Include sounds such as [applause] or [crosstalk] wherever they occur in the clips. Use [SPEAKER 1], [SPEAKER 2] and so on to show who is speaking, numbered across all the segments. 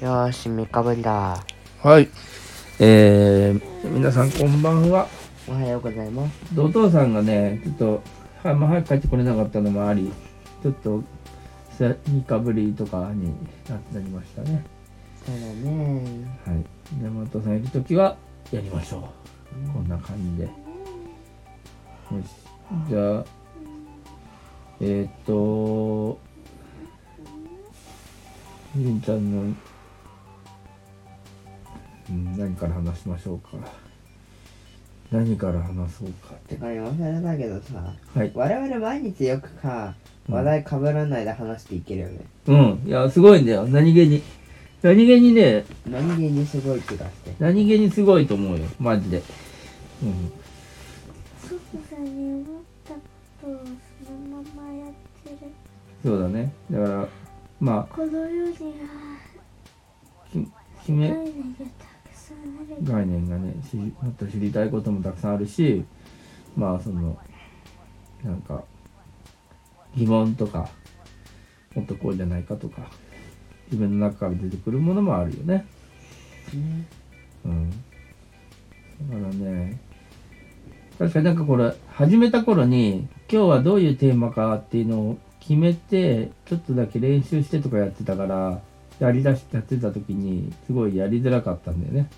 [SPEAKER 1] ーし、三日ぶりだ。
[SPEAKER 2] はい。えー、皆さんこんばんは。
[SPEAKER 1] おはようございます。
[SPEAKER 2] お父さんがね、ちょっと、はまあ、早く帰ってこれなかったのもあり、ちょっと、久三日ぶりとかにななりましたね。
[SPEAKER 1] そうだね。
[SPEAKER 2] はい。でもお父さんいるときは、やりましょう。こんな感じで。よし。じゃあ、えー、っと、ゆりんちゃんの、うん、何から話しましょうか。何から話そうか。
[SPEAKER 1] てか、今更だけどさ、
[SPEAKER 2] はい。
[SPEAKER 1] 我々毎日よくさ、
[SPEAKER 2] うん
[SPEAKER 1] 話題被らないで話していけるよね。
[SPEAKER 2] うん。いや、すごいんだよ。何気に。何気にね、
[SPEAKER 1] 何気にすごい気がして。
[SPEAKER 2] 何気にすごいと思うよ。マジで。うん。
[SPEAKER 3] 祖父が眠ったことをそのままやってる
[SPEAKER 2] そうだね。だから、ま
[SPEAKER 3] この世には
[SPEAKER 2] あ、き決
[SPEAKER 3] 概
[SPEAKER 2] め、
[SPEAKER 3] 念がたくさんある
[SPEAKER 2] 概念がねしもっと知りたいこともたくさんあるしまあそのなんか疑問とかもっとこうじゃないかとか自分の中から出てくるものもあるよね
[SPEAKER 1] ね
[SPEAKER 2] うんだからね確かになんかこれ始めた頃に今日はどういうテーマかっていうのを決めてちょっとだけ練習してとかやってたからやりだしてやってた時にすごいやりづらかったんだよね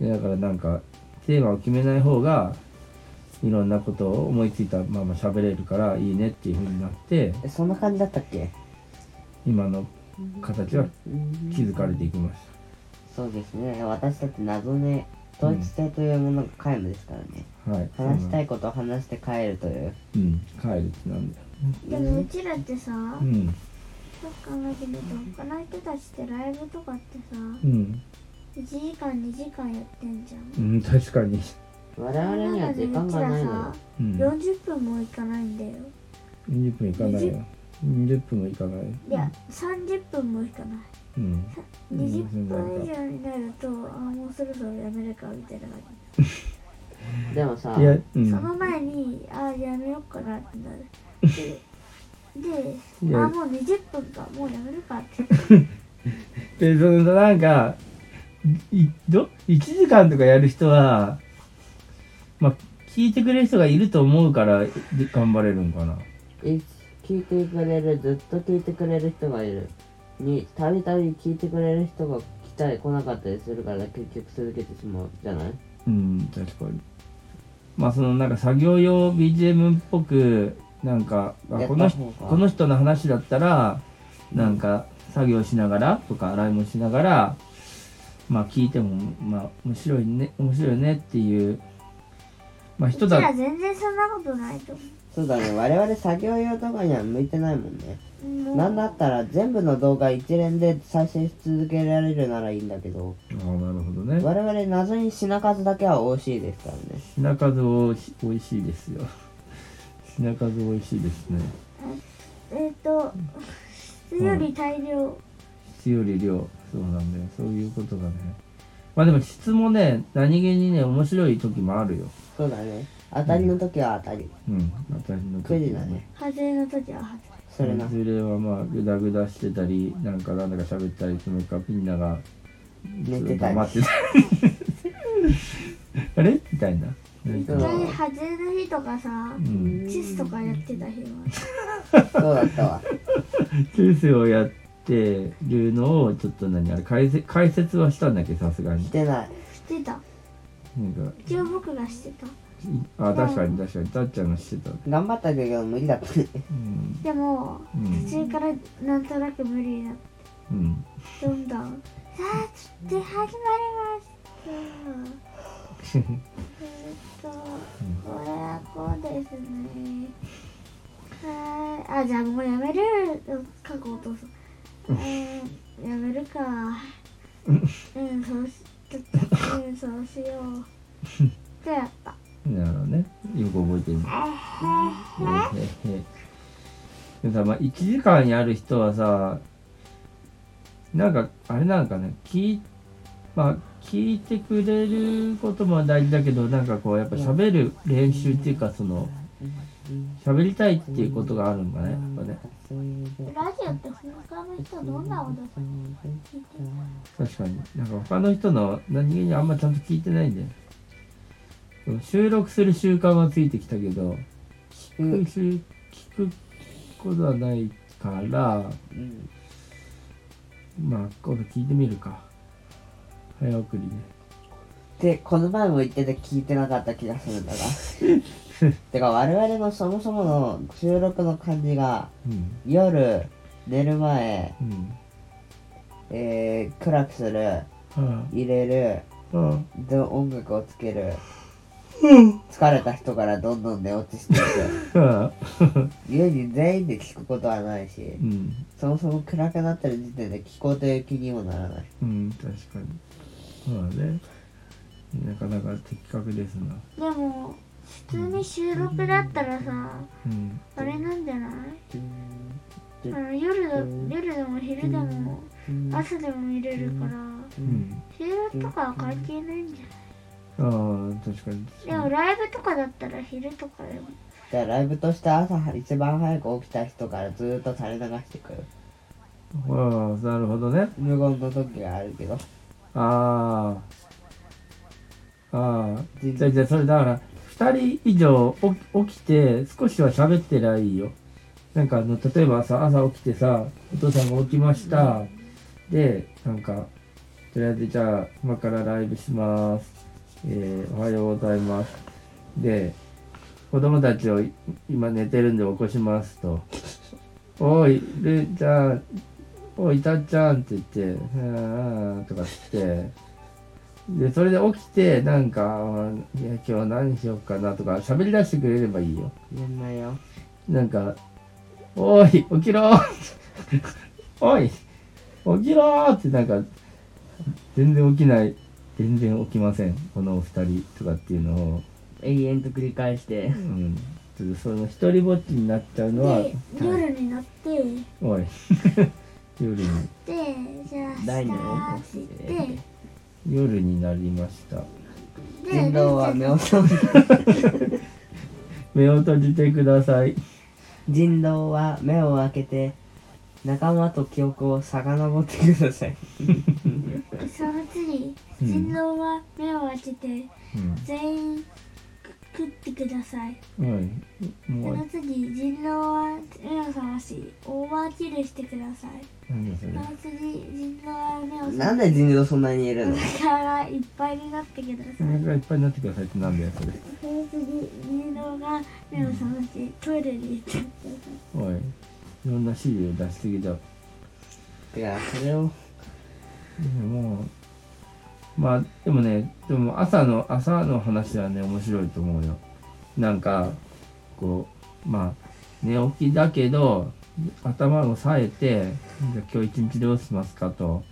[SPEAKER 2] でだからなんかテーマを決めない方がいろんなことを思いついたまま喋れるからいいねっていう風になって
[SPEAKER 1] えそんな感じだったっけ
[SPEAKER 2] 今の形は
[SPEAKER 1] うん
[SPEAKER 2] 気づかれていきました
[SPEAKER 1] そうですね。私たち謎ね、統一性というものが皆無ですからね。
[SPEAKER 2] はい。
[SPEAKER 1] 話したいことを話して帰るという。
[SPEAKER 2] うん、帰るってなんだよ。
[SPEAKER 3] でもうちらってさ、
[SPEAKER 2] う
[SPEAKER 3] よ
[SPEAKER 2] ん、
[SPEAKER 3] く考えてみると他の人たちってライブとかってさ
[SPEAKER 2] うん、
[SPEAKER 3] 1時間2時間やってんじゃん
[SPEAKER 2] うん、確かに。
[SPEAKER 1] 我々には時間がないのよ。
[SPEAKER 2] うん、
[SPEAKER 3] その中でうちらさ40分もいかないんだよ
[SPEAKER 2] 20分いかないよ。20分もいかない。
[SPEAKER 3] いや30分もいかない
[SPEAKER 2] うん。
[SPEAKER 3] 20分以上になるとあもうそろそろやめるかみたいな感
[SPEAKER 1] でもさ
[SPEAKER 2] い、や、う
[SPEAKER 3] じ
[SPEAKER 2] ん
[SPEAKER 3] そ。の前にあやめようかなってなるでで
[SPEAKER 2] い [laughs] や
[SPEAKER 3] あもう20分かもうやめるかって
[SPEAKER 2] で、その、なんか、い、ど ?1 時間とかやる人は、まあ、聞いてくれる人がいると思うから、で頑張れるんかな。
[SPEAKER 1] い聞いてくれるずっと聞いてくれる人がいるにたびたび聞いてくれる人が来たり来なかったりするから結局続けてしまうじゃない
[SPEAKER 2] うん、確かに。まあ、その、なんか作業用 BGM っぽく、なんか、あこの人、この人の話だったらなんか作業しながらとか洗い物しながらまあ聞いてもまあ面白いね面白いねっていうまあ人
[SPEAKER 3] うちら
[SPEAKER 2] だ
[SPEAKER 3] 全然そんなことないと思
[SPEAKER 1] そうだね我々作業用とかには向いてないもんね
[SPEAKER 3] うもう
[SPEAKER 1] なんだったら全部の動画一連で再生し続けられるならいいんだけど
[SPEAKER 2] ああなるほどね
[SPEAKER 1] 我々謎に品数だけは多しいですからね
[SPEAKER 2] 品数おいし美味しいですよ [laughs] 品数美味しいですね
[SPEAKER 3] えっ、と質より大量
[SPEAKER 2] 質より量そうなんだよそういうことがねまあでも質もね何気にね面白い時もあるよ
[SPEAKER 1] そうだね当たりの時は当たり
[SPEAKER 2] うん私の時
[SPEAKER 1] く
[SPEAKER 2] は
[SPEAKER 1] じだね
[SPEAKER 3] 外れの時は外
[SPEAKER 1] それない
[SPEAKER 2] ずれはまあグダグダしてたりなんかなんだか喋ったりそのかみんなが
[SPEAKER 1] 寝てたり
[SPEAKER 2] 黙ってた [laughs] あれみたいななんか
[SPEAKER 1] う
[SPEAKER 3] れ
[SPEAKER 1] ん
[SPEAKER 3] 一回外れの日とかさ
[SPEAKER 2] うん
[SPEAKER 3] チェスとかやってた日は
[SPEAKER 1] そうだったわ
[SPEAKER 2] チュースをやってるのをちょっと何あれ解説解説はしたんだけどさすがに
[SPEAKER 1] してない
[SPEAKER 3] してた
[SPEAKER 2] なんか
[SPEAKER 3] 一応僕がしてた
[SPEAKER 2] あ確かに確かにたっちゃんがしてた
[SPEAKER 1] 頑張ったけど無理だったね
[SPEAKER 2] うん
[SPEAKER 3] でも
[SPEAKER 2] うん
[SPEAKER 3] 途中からなんとなく無理になって
[SPEAKER 1] [laughs]
[SPEAKER 2] うん
[SPEAKER 3] どんどんさあ釣って始まりましたえっとこれはこうですねはーいあじゃあもうやめる過去お父さんうんやめるかうんそうしちょっとうんそうしようってやった
[SPEAKER 2] なるほどねよく覚えてるねえへへ [laughs] でもさ、まあ、1時間やる人はさなんかあれなんかね聞い,、まあ、聞いてくれることも大事だけどなんかこうやっぱ喋る練習っていうかその喋りたいっていうことがあるんだね、やっぱね。
[SPEAKER 3] ラジオって他の人どんな音が聞いてる
[SPEAKER 2] 確かに。なんか他の人の何気にあんまちゃんと聞いてないんだよ。でも収録する習慣はついてきたけど、聞く、聞くことはないから、
[SPEAKER 1] うん
[SPEAKER 2] まあ、今度聞いてみるか。早送り
[SPEAKER 1] っ
[SPEAKER 2] で。
[SPEAKER 1] てこの前も言ってて聞いてなかった気がするんだがてか我々のそもそもの収録の感じが
[SPEAKER 2] うん。
[SPEAKER 1] 夜寝る前、
[SPEAKER 2] うん。
[SPEAKER 1] えー、暗くする
[SPEAKER 2] は
[SPEAKER 1] 入れる
[SPEAKER 2] あ、はあ、
[SPEAKER 1] で音楽をつける、疲れた人からどんどん寝落ちしていく
[SPEAKER 2] はあ、
[SPEAKER 1] 家に全員で聞くことはないし
[SPEAKER 2] うん。
[SPEAKER 1] そもそも暗くなってる時点で聞こうという気にもならない
[SPEAKER 2] うん、確かに。まあね。なかなか的確ですな。
[SPEAKER 3] でも普通に収録だったらさ
[SPEAKER 2] うん。
[SPEAKER 3] あれなんじゃないあの夜だ夜でも昼でも朝でも見れるから
[SPEAKER 2] うん。
[SPEAKER 3] 収録とかは関係ないんじ
[SPEAKER 2] ああ、確かに。
[SPEAKER 3] ゃないでもライブとかだったら昼とかでも
[SPEAKER 1] じゃあライブとして朝一番早く起きた人からずーっと垂れ流してくる
[SPEAKER 2] ああ、なるほどね。
[SPEAKER 1] 無言の時があるけど
[SPEAKER 2] ああ。ああ。
[SPEAKER 1] 全
[SPEAKER 2] じゃあ、
[SPEAKER 1] 然
[SPEAKER 2] じゃあそれだから、2人以上お起きて、少しは喋ってりゃいいよ。なんかあの、例えばさ、朝起きてさ、お父さんが起きました。で、なんか、とりあえずじゃあ、今からライブします。えー、おはようございます。で、子供たちをい今寝てるんで起こしますと。おい、ルーちゃん、おい、たっちゃんって言って、うーん、とかって、で、それで起きて、なんか、あーいや、今日何しようかなとか、喋り出してくれればいいよ。
[SPEAKER 1] やんないよ
[SPEAKER 2] なんか、おい、起きろーおい、起きろーって、なんか、全然起きない、全然起きません、このお二人とかっていうのを、
[SPEAKER 1] 永遠と繰り返して
[SPEAKER 2] うん、ちょっとその一人ぼっちになっちゃうのは、
[SPEAKER 3] で夜になって
[SPEAKER 2] おい、 [laughs] 夜に、
[SPEAKER 3] でじゃあ
[SPEAKER 1] 大の
[SPEAKER 3] 明
[SPEAKER 1] 大起
[SPEAKER 3] 日
[SPEAKER 1] き
[SPEAKER 3] して
[SPEAKER 1] て
[SPEAKER 2] 夜になりました。
[SPEAKER 3] で
[SPEAKER 1] 人狼は
[SPEAKER 3] ルンち
[SPEAKER 1] 目
[SPEAKER 3] ゃん
[SPEAKER 1] を覚め
[SPEAKER 2] 目を閉じてください。
[SPEAKER 1] 人狼は目を開けて仲間と記憶を遡ってください
[SPEAKER 3] その次
[SPEAKER 2] うん
[SPEAKER 3] 人狼は目を開けて
[SPEAKER 2] う
[SPEAKER 3] 全員食ってください
[SPEAKER 2] ん、おい、
[SPEAKER 3] そ
[SPEAKER 2] もう
[SPEAKER 3] の、次人狼は目を覚ましオーバーキルしてください
[SPEAKER 2] 何それ
[SPEAKER 3] そ。の次人狼は目を覚まし
[SPEAKER 1] なんで人狼そんなにいるの
[SPEAKER 3] お腹がいっぱいになってくだ
[SPEAKER 2] お
[SPEAKER 3] さい。
[SPEAKER 2] 腹がいっぱいになってくださいってなんだよ、それ。
[SPEAKER 3] その次、人狼が目を覚まし、トイレに行っちゃってください。
[SPEAKER 2] おい、いろんな資料出しすぎだ。ね
[SPEAKER 1] てかそれを
[SPEAKER 2] もう、まあ、でもね、でも朝の、朝の話はね、面白いと思うよ。なんか、こう、まあ、寝起きだけど、頭を冴えて、じゃあ今日一日どうしますかと。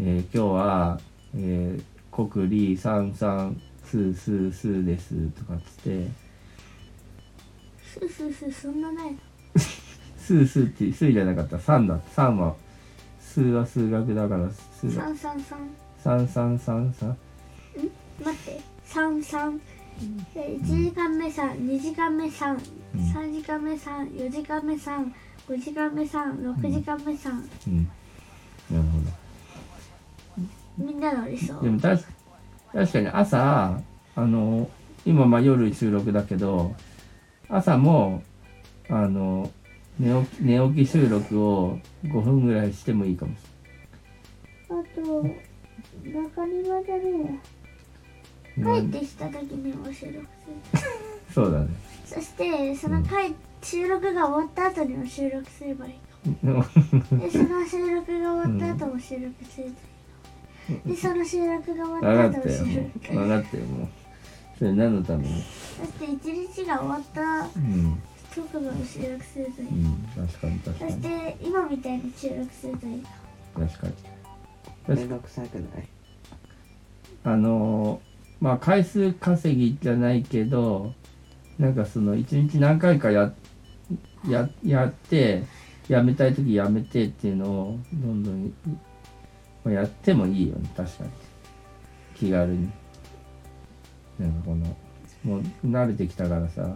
[SPEAKER 2] えー今日は、えー、国理三三スースースーですとかっつって、
[SPEAKER 3] スースースー、そんなない。
[SPEAKER 2] スースーって、スーじゃなかった、三だ、三は、数は数学だから、数学
[SPEAKER 3] さ。んさんさん。
[SPEAKER 2] 三三三三。
[SPEAKER 3] 待って、さんさん。で1時間目さん、2時間目さん、3時間目さん、4時間目さん、5時間目さん、6時間目さん。
[SPEAKER 2] うん。なるほ
[SPEAKER 3] みんなの理想
[SPEAKER 2] ど。で。もたし確かに朝あの今まあ夜収録だけど朝もあの寝起き寝起き収録を5分ぐらいしてもいいかもし
[SPEAKER 3] あと、中庭じゃね
[SPEAKER 2] れ
[SPEAKER 3] えや。
[SPEAKER 2] な
[SPEAKER 3] 帰っ
[SPEAKER 2] い。
[SPEAKER 3] てきた時にお収録する。
[SPEAKER 2] そうだね。
[SPEAKER 3] そして、その回、収録が終わった後にも収録すればいい。でその収録が終わった後も収録するとでその収録が終
[SPEAKER 2] [laughs] 分
[SPEAKER 3] わった
[SPEAKER 2] かっ
[SPEAKER 3] 後
[SPEAKER 2] たよ
[SPEAKER 3] も収
[SPEAKER 2] も
[SPEAKER 3] 録
[SPEAKER 2] う。分かったよもう。それ何のために。
[SPEAKER 3] だって一日が終わった
[SPEAKER 2] うん
[SPEAKER 3] 直後に収録するというい
[SPEAKER 2] ん確かに確か
[SPEAKER 3] そし
[SPEAKER 2] に
[SPEAKER 3] て今みたいに収録するといい
[SPEAKER 2] 確かに。
[SPEAKER 1] めんどくさくない
[SPEAKER 2] あのーまあ回数稼ぎじゃないけどなんかその一日何回かやややってやめたい時やめてっていうのをどんどん、まあやってもいいよね確かに気軽になんかこのもう慣れてきたからさ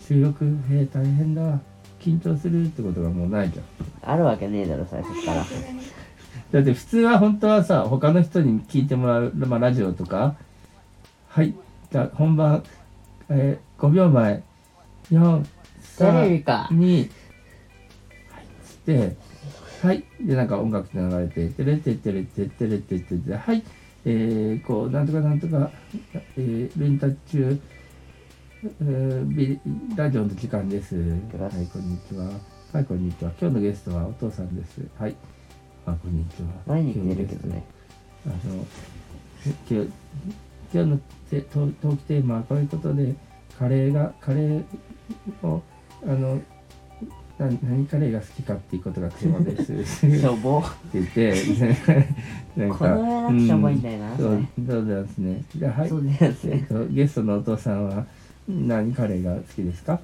[SPEAKER 2] 収録えー大変だ緊張するってことがもうないじゃん
[SPEAKER 1] あるわけねえだろ最初から
[SPEAKER 2] だって普通は本当はさ他の人に聞いてもらう、まあ、ラジオとかはいじゃあ本番、えー5秒前4
[SPEAKER 1] テレ
[SPEAKER 2] 3
[SPEAKER 1] ビか
[SPEAKER 2] に、つって、はい。で、なんか音楽流れて、てれてってれてってれてってって、はい。えー、こう、なんとかなんとか、えー、レンタ中、えービラジオの時間です。
[SPEAKER 1] だ
[SPEAKER 2] は
[SPEAKER 1] さい
[SPEAKER 2] い、こんにちは。はい、こんにちは。今日のゲストはお父さんです。はい。あ、こんにちは。
[SPEAKER 1] 前に出るけどね
[SPEAKER 2] あの今日今日のてトートークテーマはこういうことでカレーがカレーをあのな何カレーが好きかっていうことがテーマです
[SPEAKER 1] し
[SPEAKER 2] って
[SPEAKER 1] ょぼ
[SPEAKER 2] 言って [laughs] ねなん
[SPEAKER 1] こ
[SPEAKER 2] か
[SPEAKER 1] の上なくしょぼいんだよな
[SPEAKER 2] そ
[SPEAKER 1] そう
[SPEAKER 2] そうですねじゃあはい
[SPEAKER 1] そうです
[SPEAKER 2] えっ
[SPEAKER 1] ね
[SPEAKER 2] とゲストのお父さんは何カレーが好きですか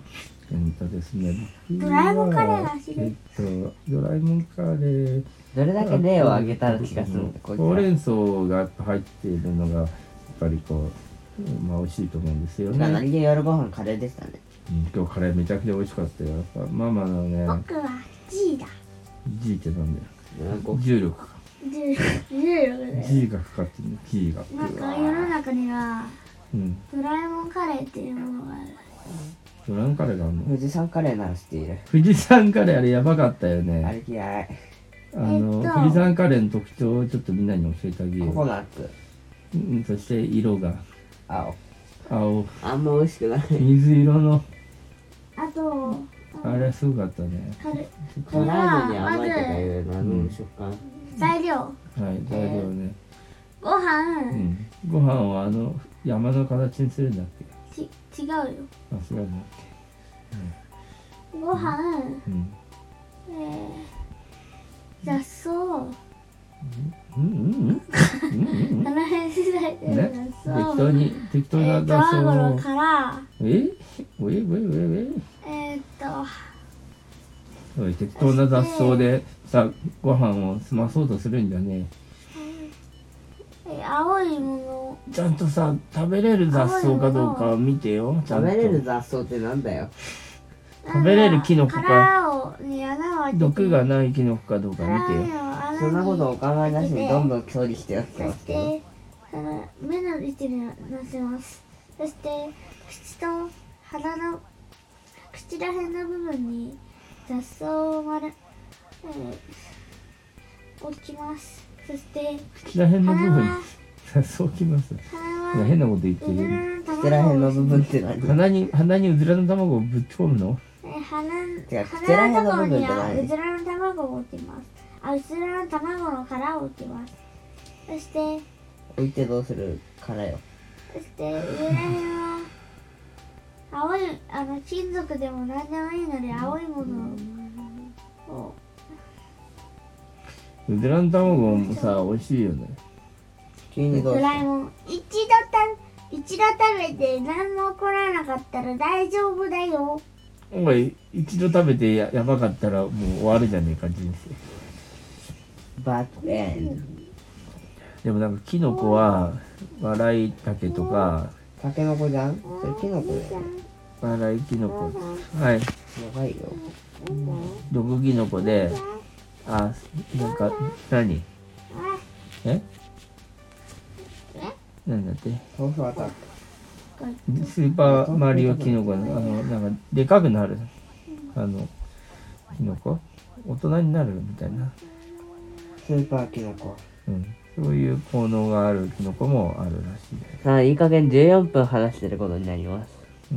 [SPEAKER 2] うんとですね僕は
[SPEAKER 3] ドラえもんカレーが好きで
[SPEAKER 2] えっとドラえもんカレー
[SPEAKER 1] どれだけ例を挙げたら気がするんだこいつ
[SPEAKER 2] ほうれ
[SPEAKER 1] は
[SPEAKER 2] ん草がやっぱ入っているのがやっぱりこう、まあ、美味しいと思うんですよ
[SPEAKER 1] 今
[SPEAKER 2] ね、
[SPEAKER 1] 何で夜ご飯カレーでしたね
[SPEAKER 2] うん今日カレーめちゃくちゃ美味しかったよやっぱママのね
[SPEAKER 3] 僕は G だ
[SPEAKER 2] G ってなんだよ
[SPEAKER 1] なんか
[SPEAKER 2] 重力か [laughs]
[SPEAKER 3] 16 16だよ
[SPEAKER 2] G がかかってるの G が
[SPEAKER 3] なんか世の中には
[SPEAKER 2] うん
[SPEAKER 3] ドラえもんカレーっていうものがある
[SPEAKER 2] ドラムカレーがあるの
[SPEAKER 1] 富士山カレーなら知っている
[SPEAKER 2] 富士山カレーあれやばかったよ
[SPEAKER 1] あ
[SPEAKER 2] ね
[SPEAKER 1] れ嫌い
[SPEAKER 2] あの、
[SPEAKER 3] えっと
[SPEAKER 2] 富士山カレーの特徴をちょっとみんなに教えてあげよ
[SPEAKER 1] ココ
[SPEAKER 2] う、
[SPEAKER 1] ナッツ
[SPEAKER 2] うん、そして色が
[SPEAKER 1] 青
[SPEAKER 2] 青
[SPEAKER 1] あんま美味しく [laughs] ない
[SPEAKER 2] 水色の
[SPEAKER 3] あと
[SPEAKER 2] あれすごかったね
[SPEAKER 3] カレ
[SPEAKER 1] 辛いのに甘いとかいう謎の食感
[SPEAKER 3] 材料
[SPEAKER 2] はい材料ね、
[SPEAKER 3] ご飯、
[SPEAKER 2] うん、ご飯をあの山の形にするんだっけ
[SPEAKER 3] ち違うよ
[SPEAKER 2] あ、違うの。
[SPEAKER 3] ご飯、
[SPEAKER 2] うん。
[SPEAKER 3] えー、雑草こ
[SPEAKER 2] うんうんうん。うん
[SPEAKER 3] の辺時代
[SPEAKER 2] うん。
[SPEAKER 3] で
[SPEAKER 2] ね、適
[SPEAKER 3] 雑草
[SPEAKER 2] 当に、適
[SPEAKER 3] え
[SPEAKER 2] 当な
[SPEAKER 3] ー、
[SPEAKER 2] 雑
[SPEAKER 3] 卵
[SPEAKER 2] 草
[SPEAKER 3] の
[SPEAKER 2] を。
[SPEAKER 3] 殻
[SPEAKER 2] ええおえおえおえ
[SPEAKER 3] えー、っと
[SPEAKER 2] おえおい。適当な雑草でさ、ご飯を済まそうとするんじゃね
[SPEAKER 3] えー青いも
[SPEAKER 2] え。ちゃんとさ、食べれる雑草かどうかを見てよ。ちゃん
[SPEAKER 1] 食べ
[SPEAKER 2] と
[SPEAKER 1] れる雑草ってなんだよ
[SPEAKER 3] の
[SPEAKER 2] 食べれるキノコか
[SPEAKER 3] 殻をに穴を開けて
[SPEAKER 2] 毒がないキノコかどうか見てよ。
[SPEAKER 3] 殻を穴に
[SPEAKER 1] そんなことお構いなしにどんどん調理してやって
[SPEAKER 3] そ
[SPEAKER 1] ま
[SPEAKER 3] し
[SPEAKER 1] すけど
[SPEAKER 3] てあの目の位置に乗せますそして口と鼻の口らへんの部分に雑草を丸、えー置きますそして
[SPEAKER 2] 口らへんの部分に
[SPEAKER 3] 鼻は
[SPEAKER 2] 雑草をきます。
[SPEAKER 3] 鼻は
[SPEAKER 2] 変なこと言って
[SPEAKER 3] うず
[SPEAKER 2] る。
[SPEAKER 3] らの
[SPEAKER 1] 口らへん
[SPEAKER 3] 卵
[SPEAKER 1] の
[SPEAKER 3] を
[SPEAKER 1] 部分って何
[SPEAKER 2] 鼻に、鼻にうずらの卵をぶっ込むの
[SPEAKER 3] えー鼻
[SPEAKER 1] 違う口ら
[SPEAKER 3] 鼻
[SPEAKER 1] へん
[SPEAKER 3] の
[SPEAKER 1] の
[SPEAKER 3] ところ
[SPEAKER 1] 部分
[SPEAKER 3] に
[SPEAKER 1] って
[SPEAKER 3] は
[SPEAKER 1] 何
[SPEAKER 3] うずらの卵を置きますあうずらの卵の殻を置きますそして
[SPEAKER 1] 置いてどうするからよ
[SPEAKER 3] そして上ら辺は青いあの金属でも何でもいいので青いものを
[SPEAKER 2] うずらの卵もさ、美味しいよね。
[SPEAKER 1] 急にどう
[SPEAKER 3] ド
[SPEAKER 1] する
[SPEAKER 3] ラえもん一度た一度食べて何も起こらなかったら大丈夫だよ
[SPEAKER 2] おい一度食べてややばかったらもう終わるじゃねえか人
[SPEAKER 1] バッドエン
[SPEAKER 2] 生でもなんかキノコは笑いタケとか
[SPEAKER 1] ドタケノコじゃんそれキノコだよね
[SPEAKER 2] 笑いキノコは
[SPEAKER 1] や
[SPEAKER 2] い
[SPEAKER 1] ばいよ
[SPEAKER 2] 毒キノコであなんか何
[SPEAKER 3] あ
[SPEAKER 2] えなんだって
[SPEAKER 1] 豆腐アタック
[SPEAKER 2] スーパーマリオキノコのあのなんかでかくなるあのキノコ大人になるみたいな、
[SPEAKER 1] スーパーキノコ
[SPEAKER 2] うん、そういう効能があるキノコもあるらしいです、
[SPEAKER 1] さあいい加減14分話してることになります
[SPEAKER 2] う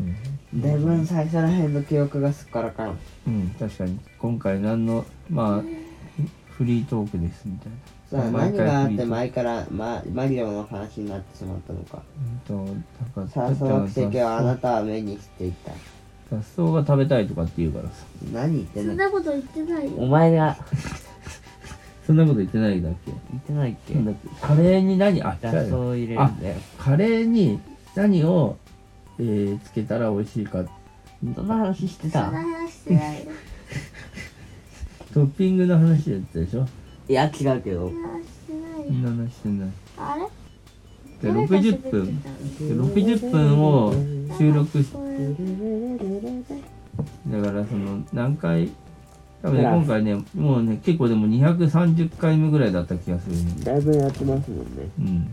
[SPEAKER 2] ん
[SPEAKER 1] だいぶ最初らへんの記憶がすっからかん
[SPEAKER 2] うん、確かに今回何のまあフリートークですみたいな。
[SPEAKER 1] さあ
[SPEAKER 2] 毎
[SPEAKER 1] 何
[SPEAKER 2] 回
[SPEAKER 1] があっ
[SPEAKER 2] フリ
[SPEAKER 1] て
[SPEAKER 2] ートーク
[SPEAKER 1] 前から、ま、マギロの話になってしまったのか
[SPEAKER 2] うんとなんか
[SPEAKER 1] さあその奇跡をあなたは目にしていた
[SPEAKER 2] 雑草が食べたいとかって言うからさ。
[SPEAKER 1] 何言って
[SPEAKER 3] そん
[SPEAKER 1] んの
[SPEAKER 3] なこと言ってないよ
[SPEAKER 1] お前が
[SPEAKER 2] そんなこと言ってないだっけ？
[SPEAKER 1] 言ってないっけ
[SPEAKER 2] なんだっけカレーに何あ
[SPEAKER 1] 雑草を入れるんだよ
[SPEAKER 2] カレーに何を、えーつけたら美味しいか
[SPEAKER 1] そんな話して
[SPEAKER 3] そんな
[SPEAKER 1] た
[SPEAKER 3] 話してないよ
[SPEAKER 2] トッピングの話やったでしょ？
[SPEAKER 1] いや違うけ
[SPEAKER 3] そ
[SPEAKER 1] ど
[SPEAKER 3] んな話してない
[SPEAKER 2] そ
[SPEAKER 3] よ
[SPEAKER 2] んな話してない。
[SPEAKER 3] あれ
[SPEAKER 2] で60分60分を収録しだからその何回多分ね今回ねもうね結構でも230回目ぐらいだった気がするね
[SPEAKER 1] だいぶやってますもんね
[SPEAKER 2] うん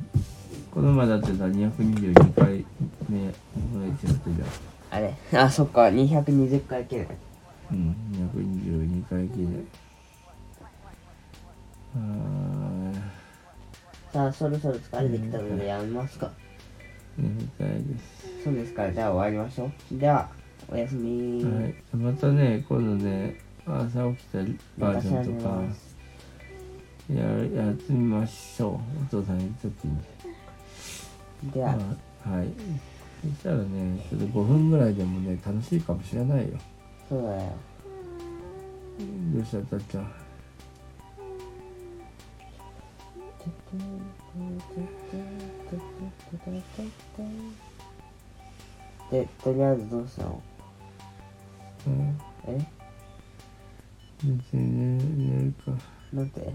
[SPEAKER 2] この前だってさ222回目ぐらいやってるじゃ
[SPEAKER 1] あ
[SPEAKER 2] ん
[SPEAKER 1] れあそっか220回記念
[SPEAKER 2] うん、222回記念。あ
[SPEAKER 1] さあそろそろ疲れてきたのでやめますか
[SPEAKER 2] ー、眠たいです。
[SPEAKER 1] そうですかじゃあ終わりましょうではおやすみ、
[SPEAKER 2] はい、またね、今度ね、朝起きたバージョンとか、やるやってみましょう。お父さんにとってに。
[SPEAKER 1] では、
[SPEAKER 2] あはい。そしたらね、ちょっと5分ぐらいでもね、楽しいかもしれないよ。
[SPEAKER 1] そうだよ
[SPEAKER 2] どうしたたっちゃん。
[SPEAKER 1] でとりあえずどうしたの
[SPEAKER 2] うん、
[SPEAKER 1] え
[SPEAKER 2] 別に寝寝るか。
[SPEAKER 1] なんて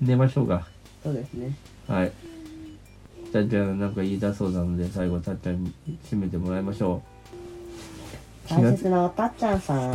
[SPEAKER 2] 寝ましょうか。
[SPEAKER 1] そうですね
[SPEAKER 2] はい。たっちゃんなんか言い出そうなので、最後たっちゃんに締めてもらいましょう。
[SPEAKER 1] 大切なおたっちゃんさん